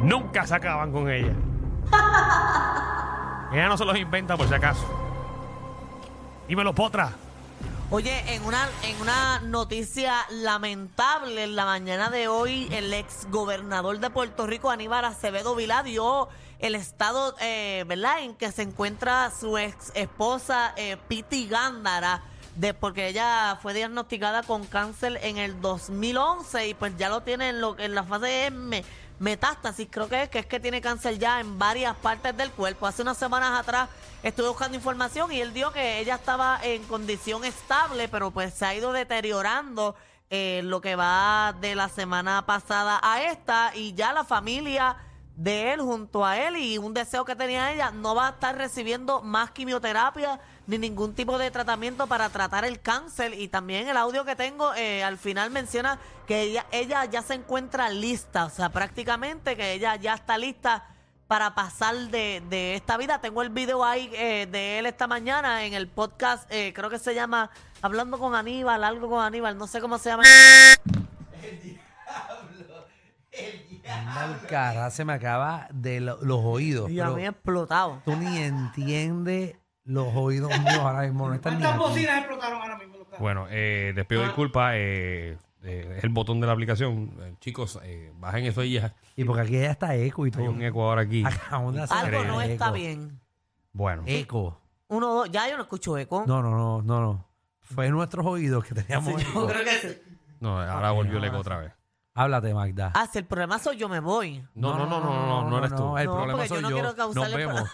Nunca se acaban con ella. Ella no se los inventa por si acaso. Dímelo, Potra. Oye, en una, en una noticia lamentable, en la mañana de hoy, el ex gobernador de Puerto Rico, Aníbal Acevedo Vilá, dio el estado, eh, ¿verdad?, en que se encuentra su ex esposa, eh, Piti Gándara, de, porque ella fue diagnosticada con cáncer en el 2011 y pues ya lo tiene en, lo, en la fase M, metástasis, creo que es, que es que tiene cáncer ya en varias partes del cuerpo. Hace unas semanas atrás estuve buscando información y él dio que ella estaba en condición estable, pero pues se ha ido deteriorando eh, lo que va de la semana pasada a esta y ya la familia de él junto a él y un deseo que tenía ella no va a estar recibiendo más quimioterapia ni ningún tipo de tratamiento para tratar el cáncer y también el audio que tengo eh, al final menciona que ella, ella ya se encuentra lista, o sea prácticamente que ella ya está lista para pasar de, de esta vida. Tengo el video ahí eh, de él esta mañana en el podcast, eh, creo que se llama Hablando con Aníbal, algo con Aníbal, no sé cómo se llama. Anda, el cara se me acaba de lo- los oídos. Y a pero mí explotado. Tú ni entiendes los oídos míos ahora mismo. No están ni ¿Cuántas aquí. bocinas explotaron ahora mismo? Lucas? Bueno, eh, les pido disculpas. eh, eh, es el botón de la aplicación. Eh, chicos, eh, bajen eso y ya. Y porque aquí ya está eco y Hay todo. un eco ahora aquí. Acabamos de hacer Algo no eco. está bien. Bueno, Eco. Uno, dos, ya yo no escucho eco. No, no, no, no, no. Fue en nuestros oídos que teníamos eco. Creo que sí. no, ahora volvió el eco otra vez. Háblate, Magda. Ah, si el problema soy yo me voy. No, no, no, no, no, no, no, eres tú. el No, problema porque yo soy no yo. quiero Nos causarle vemos.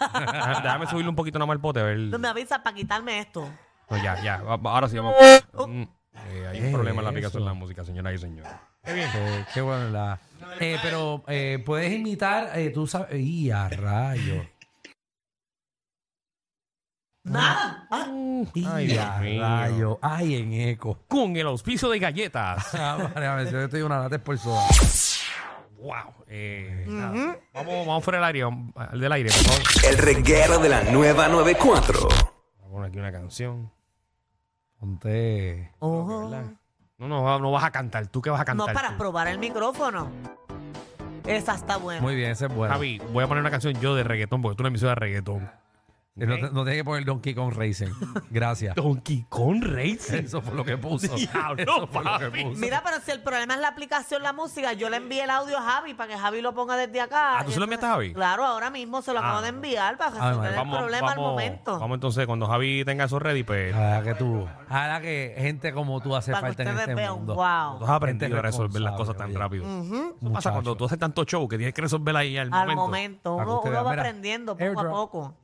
Déjame subirle un poquito nada más el pote. A ver. No me avisas para quitarme esto. No, ya, ya. Va- va- Ahora sí vamos. Mm, eh, hay un ¿Qué problema en es la aplicación de eso? la música, señoras y señores. Qué bien. Qué, qué bueno la. Eh, pero eh, puedes imitar, eh, tú sabes. ¡Y a rayo! Nada. Ah, ¡Y Ay, a Dios mío. rayo! ¡Ay, en eco! Con el auspicio de galletas. Ah, vale, vale, yo estoy una lata por soda. wow. Eh, nada. vamos, vamos fuera del aire, vamos- al del aire, por favor. El reguero de la nueva 94. Vamos a poner aquí una canción. Ponte. oh. No, no, va- no vas a cantar. ¿Tú qué vas a No cantar? para tú? probar el micrófono. Esa está buena. Muy bien, ese es bueno. Javi, voy a poner una canción yo de reggaetón porque tú eres una emisora de reggaetón. Eh, No, te- no tienes que poner Donkey Kong Racing. Gracias. Donkey Kong Racing. Eso fue lo que puso. Diablo, Eso fue lo que papi. puso. Mira, pero si el problema es la aplicación, la música, yo le envié el audio a Javi para que Javi lo ponga desde acá. Ah, ¿tú se lo enviaste a Javi? Claro, ahora mismo se lo acabo Ah. de enviar para Ay, resolver madre. el problema al momento. Vamos entonces, cuando Javi tenga eso ready, pues. Ahora que tú. Ahora que gente como tú hace para que falta en ustedes este vean, mundo. wow. Tú has aprendido a Gente resolver las cosas tan Este responsable, rápido. Eso pasa Muchacho. cuando tú haces tanto show que tienes que resolver ahí al Al momento. momento, Para que uno, ustedes uno va vean. Mira, aprendiendo poco a airdrop. poco.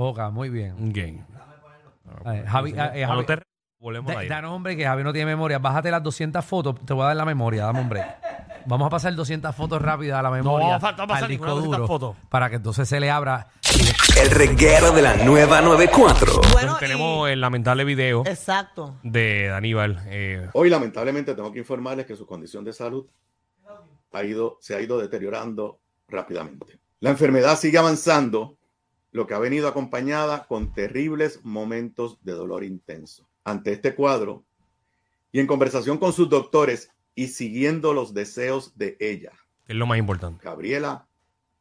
Oca, muy bien. Ok. A pues, ver, Javi, eh, eh, A Javi los terrenos, volvemos da- ahí. danos, hombre, que Javi no tiene memoria. Bájate las 200 fotos. Te voy a dar la memoria. Dame, hombre. Vamos a pasar 200 fotos rápidas a la memoria. falta pasar al disco ninguna 200 duro. fotos. Para que entonces se le abra. El reguero de la nueva 94. Bueno, y- tenemos el lamentable video exacto. de Aníbal. eh, Hoy lamentablemente tengo que informarles que su condición de salud ha ido, se ha ido deteriorando rápidamente. La enfermedad sigue avanzando, lo que ha venido acompañada con terribles momentos de dolor intenso. Ante este cuadro, y en conversación con sus doctores y siguiendo los deseos de ella, es lo más importante. Gabriela,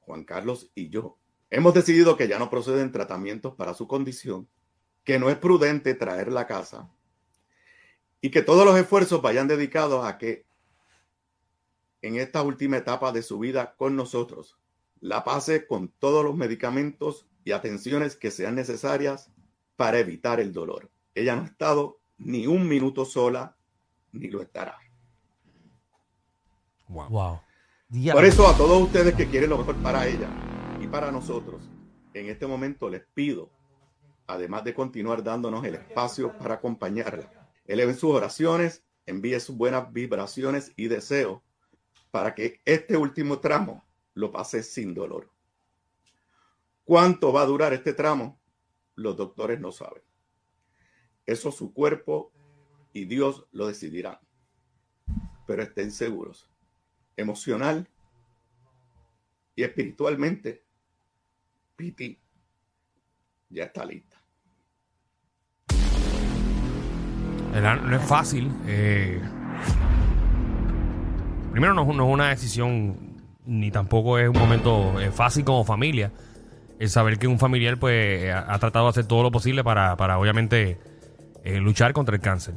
Juan Carlos y yo. Hemos decidido que ya no proceden tratamientos para su condición, que no es prudente traerla a casa y que todos los esfuerzos vayan dedicados a que en esta última etapa de su vida con nosotros la pase con todos los medicamentos y atenciones que sean necesarias para evitar el dolor. Ella no ha estado ni un minuto sola, ni lo estará. Wow. Wow. Diablo. Por eso a todos ustedes que quieren lo mejor para ella y para nosotros, en este momento les pido, además de continuar dándonos el espacio para acompañarla, eleven sus oraciones, envíe sus buenas vibraciones y deseos para que este último tramo lo pasé sin dolor. ¿Cuánto va a durar este tramo? Los doctores no saben. Eso su cuerpo y Dios lo decidirán. Pero estén seguros, emocional y espiritualmente, Piti ya está lista. Era- no es fácil. eh. primero, no, es- no es una decisión, ni tampoco es un momento eh, fácil como familia. El saber que un familiar pues ha, ha tratado de hacer todo lo posible para, para obviamente, eh, luchar contra el cáncer.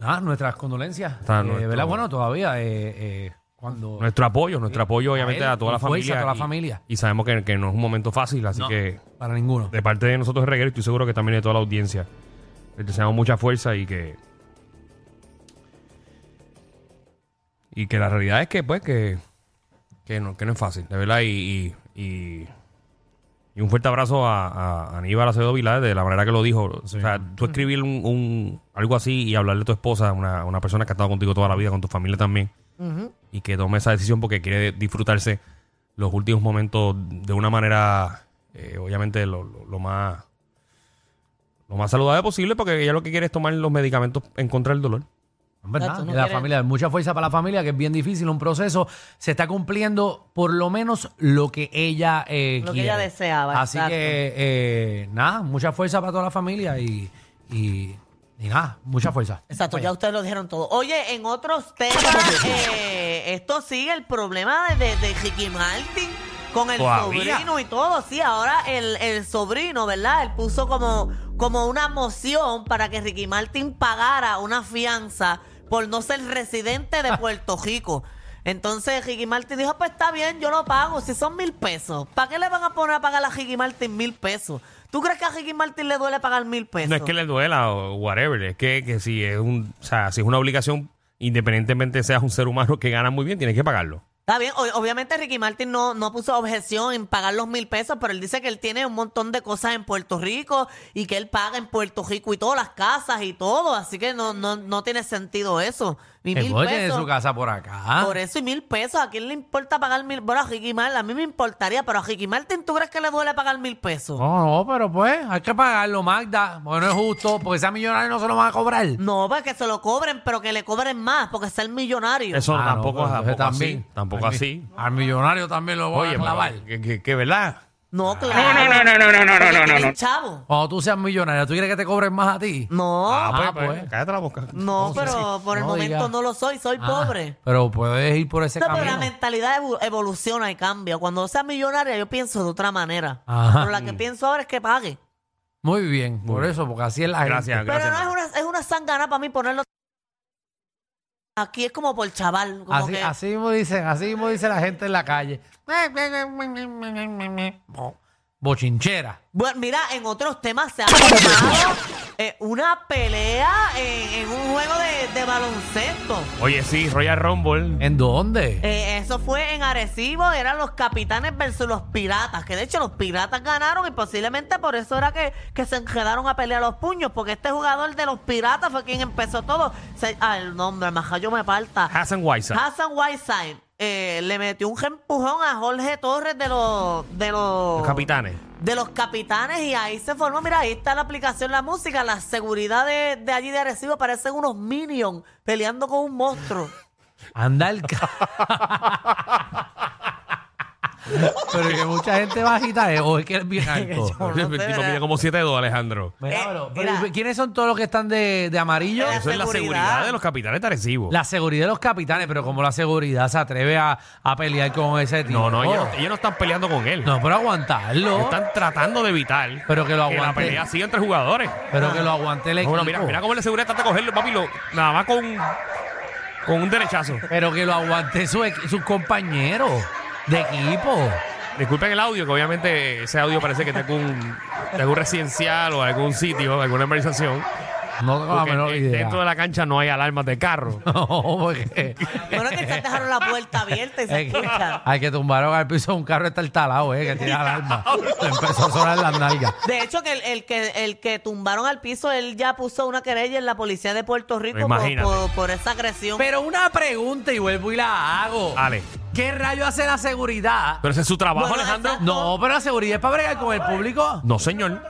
Ah, nuestras condolencias. Está Eh, nuestro- ¿verdad? Bueno, todavía eh, eh, cuando... Nuestro apoyo, nuestro apoyo obviamente él, a, toda la con fuerza familia. a toda la y- familia. Y, sabemos que, que no es un momento fácil, así No, que Para ninguno. de parte de nosotros de Reguero, estoy seguro que también de toda la audiencia. Les deseamos mucha fuerza y que. Y que la realidad es que, pues, que. Que no, que no es fácil, de verdad. Y. y, y- y un fuerte abrazo a, a Aníbal Acevedo Vilar de la manera que lo dijo. O sea, tú escribir un, un- algo así y hablarle a tu esposa, una, una persona que ha estado contigo toda la vida, con tu familia también, y que tome esa decisión porque quiere disfrutarse los últimos momentos de una manera, eh, obviamente, lo, lo- lo más lo más saludable posible, porque ella lo que quiere es tomar los medicamentos en contra del dolor. Es verdad, Exacto, no y la quiere- familia, mucha fuerza para la familia, que es bien difícil, un proceso. Se está cumpliendo por lo menos lo que ella eh, Lo que quiere. ella deseaba, Así exacto. que, eh, nada, mucha fuerza para toda la familia y, y, y nada, mucha fuerza. Pues, Exacto, ya ustedes lo dijeron todo. Oye, en otros temas, eh, esto sigue el problema de, de, de Ricky Martin con el Todavía. sobrino y todo. Sí, ahora el, el sobrino, ¿verdad? Él puso como, como una moción para que Ricky Martin pagara una fianza por no ser residente de Puerto Rico. Entonces Ricky Martin dijo, pues está bien, yo lo pago, si son mil pesos. ¿Para qué le van a poner a pagar a Ricky Martin mil pesos? ¿Tú crees que a Ricky Martin le duele pagar mil pesos? No es que le duela o whatever, es que, que si es un, o sea, si es una obligación, independientemente seas un ser humano que gana muy bien, tienes que pagarlo. Está bien, o- obviamente Ricky Martin no, no puso objeción en pagar los mil pesos, pero él dice que él tiene un montón de cosas en Puerto Rico y que él paga en Puerto Rico y todas las casas y todo, así que no, no, no tiene sentido eso. Y El mil boy tiene pesos. Eh, su casa por acá. Por eso y mil pesos, ¿a quién le importa pagar mil? Bueno, a Ricky Martin, a mí me importaría, pero a Ricky Martin, ¿tú crees que le duele pagar mil pesos? No, no, pero pues hay que pagarlo, Magda, porque no es justo, porque sea millonario no se lo van a cobrar. No, para que se lo cobren, pero que le cobren más, porque es el millonario. Eso Ah, no, tampoco, pero entonces tampoco así. Tampoco al mi- así. Al millonario también lo van Oye, a clavar. pero que, que- que verdad. No, Ah. claro. No, no, no, no, no, no, no, no, Chavo. Cuando tú seas millonario, ¿tú quieres que te cobren más a ti? No. Ah, pues. cállate la boca. No, pero por el No, momento diga. no lo soy, soy Ah, pobre. Pero puedes ir por ese No, pero este camino. la mentalidad evo- evoluciona y cambia. Cuando sea millonaria yo pienso de otra manera. Ajá. Pero la que pienso ahora es que pague. Muy bien, por eso, porque así es la Gracias, gente. Pero gracias. no es una, es una sangana para mí ponerlo aquí es como por chaval. Como Así, que, así mismo dicen, así mismo dice la gente en la calle. Bo- Bochinchera. Bueno, mira, en otros temas se ha formado eh, una pelea en, en un juego de, de baloncesto. Oye, sí, Royal Rumble. ¿En dónde? Eh, eso fue en Arecibo, eran los capitanes versus los piratas, que de hecho los piratas ganaron y posiblemente por eso era que, que se enredaron a pelear los puños, porque este jugador de los piratas fue quien empezó todo. Se- ah, el nombre, maja, yo me falta. Hassan Whiteside. Hassan Whiteside eh, le metió un empujón a Jorge Torres de los... De los, Los capitanes. De los capitanes y ahí se formó, mira, ahí está la aplicación, la música, la seguridad de, de allí de Arecibo parecen unos minions peleando con un monstruo. Anda el ca- Pero que mucha gente bajita es, o es eh, que es bien alto. No, no el Oh, tipo sé, ¿verdad? mide como 7 dólares, Alejandro. Mira, pero- pero Eh, mira. ¿Quiénes son todos los que están de, de amarillo? Eh, Eso es la seguridad. seguridad de los capitanes agresivos. La seguridad de los capitanes, pero como la seguridad se atreve a, a pelear con ese tipo. No, no, ellos, no, ellos no están peleando con él. No, pero aguantarlo. Están tratando de evitar Pero que lo que la aguante. pelea siga entre jugadores. Pero que lo aguante el equipo. Bueno, mira, mira cómo el seguridad trata de cogerlo, papi, lo- nada más con, con un derechazo. Pero que lo aguante su equi- sus compañeros de equipo. Disculpen el audio, que obviamente ese audio parece que está con de algún residencial o algún sitio, alguna organización. No tengo la Porque, menor eh, idea. dentro de la cancha no hay alarmas de carro. No, porque Bueno, que se dejaron la puerta abierta y se es que, escucha. hay que tumbaron al piso un carro está talado, eh, que tiene alarma. Le empezó a sonar las nalgas. De hecho, que el, el que el que tumbaron al piso, él ya puso una querella en la policía de Puerto Rico por, Imagínate. por- por esa agresión. Pero una pregunta y vuelvo y la hago. Ale. ¿Qué rayo hace la seguridad? Pero ese es su trabajo, Bueno, Alejandro. esa- No, pero la seguridad es para bregar con el público, No, señor.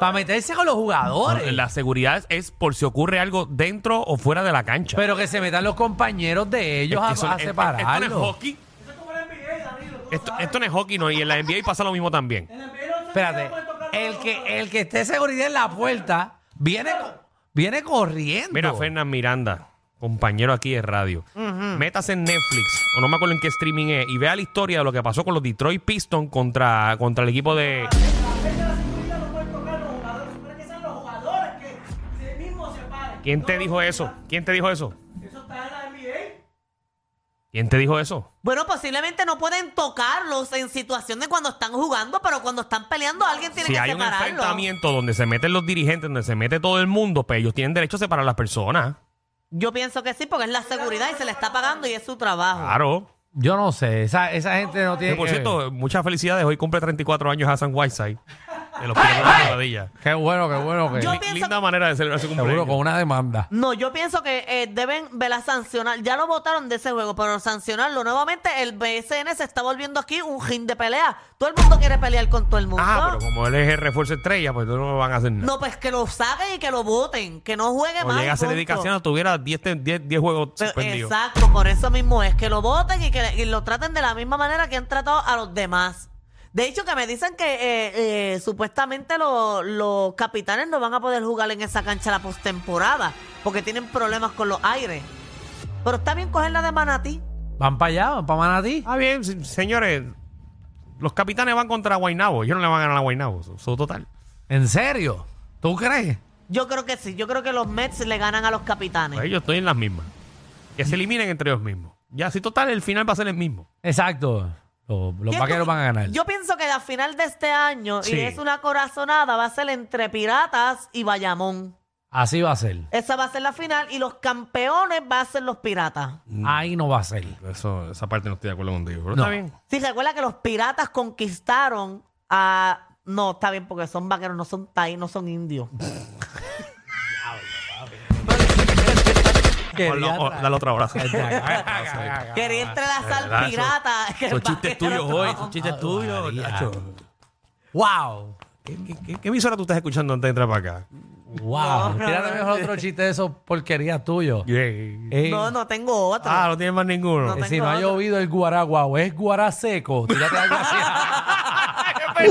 para meterse con los jugadores. La seguridad es, es por si ocurre algo dentro o fuera de la cancha. Pero que se metan los compañeros de ellos Es que a, eso- a es- es- Esto no es separarlos. hockey. Esto, esto no es hockey, no, y en la NBA pasa lo mismo también. Espérate, el que, el que esté de seguridad en la puerta viene, co- viene corriendo. Mira, Fernán Miranda, compañero aquí de radio. Métase en Netflix, o no me acuerdo en qué streaming es, y vea la historia de lo que pasó con los Detroit Pistons contra, contra el equipo de. ¿Quién te dijo eso? ¿Quién te dijo eso? ¿Quién te dijo eso? Bueno, posiblemente no pueden tocarlos en situaciones cuando están jugando, pero cuando están peleando alguien tiene Si que hay un separarlos. enfrentamiento donde se meten los dirigentes, donde se mete todo el mundo, pues ellos tienen derecho a separar a las personas. Yo pienso que sí, porque es la seguridad y se le está pagando y es su trabajo. Claro. Yo no sé, esa, esa gente no Eh, Que, tiene. por que- cierto, muchas felicidades. Hoy cumple 34 años Hassan Whiteside. De los Piratas de la Quebradilla. Qué bueno, qué bueno que. Yo Li- pienso- Linda manera de celebrar su Seguro cumpleaños. con una demanda. No, yo pienso que eh, deben vela sancionar. Ya lo votaron de ese juego, pero sancionarlo nuevamente. El BSN se está volviendo aquí un gin de pelea. Todo el mundo quiere pelear con todo el mundo. Ah, pero como él es el refuerzo estrella, pues no lo van a hacer nada. No, pues que lo saquen y que lo voten. Que no juegue o más. llega a ser punto. dedicación, tuviera 10 te- 10 10 juegos Pero- suspendidos. Exacto, por eso mismo es que lo voten y que y lo traten de la misma manera que han tratado a los demás. De hecho, que me dicen que eh, eh, supuestamente lo- los capitanes no van a poder jugar en esa cancha la postemporada porque tienen problemas con los aires. Pero está bien cogerla de manatí. Van para allá, van para Manatí. Ah, bien, se- señores. Los capitanes van contra Guainabo. Ellos no le van a ganar a Guainabo. Eso eso total. ¿En serio? ¿Tú crees? Yo creo que sí, yo creo que los Mets le ganan a los capitanes. Pues ellos estoy en las mismas. Que se eliminen entre ellos mismos. Ya, si total, el final va a ser el mismo. Exacto. Los, los ¿Quién vaqueros tú- van a ganar. Yo pienso que la final de este año, Sí. y es una corazonada, va a ser entre Piratas y Bayamón. Así va a ser. Esa va a ser la final y los campeones va a ser los Piratas. Ahí no va a ser. Eso, esa parte no estoy de acuerdo contigo. Pero No. está bien. Sí, recuerda que los piratas conquistaron a. No, está bien, porque son vaqueros, no son taí, no son indios. O la, o- dale otro abrazo. Quería verdad, entrelazar eso- pirata. que Esos chistes vaquero tuyos no. hoy, esos chistes tuyos. Nacho. wow. ¿Qué, qué, qué, qué emisora tú estás escuchando antes de entrar para acá? Wow. Tírate mejor otro chiste de esos porquerías tuyos. Eh, No, no tengo Ah, otra. no tienes más ninguno. No. eh, si tengo no ha otro. llovido el guará, guau, es guará seco. Tírate algo así.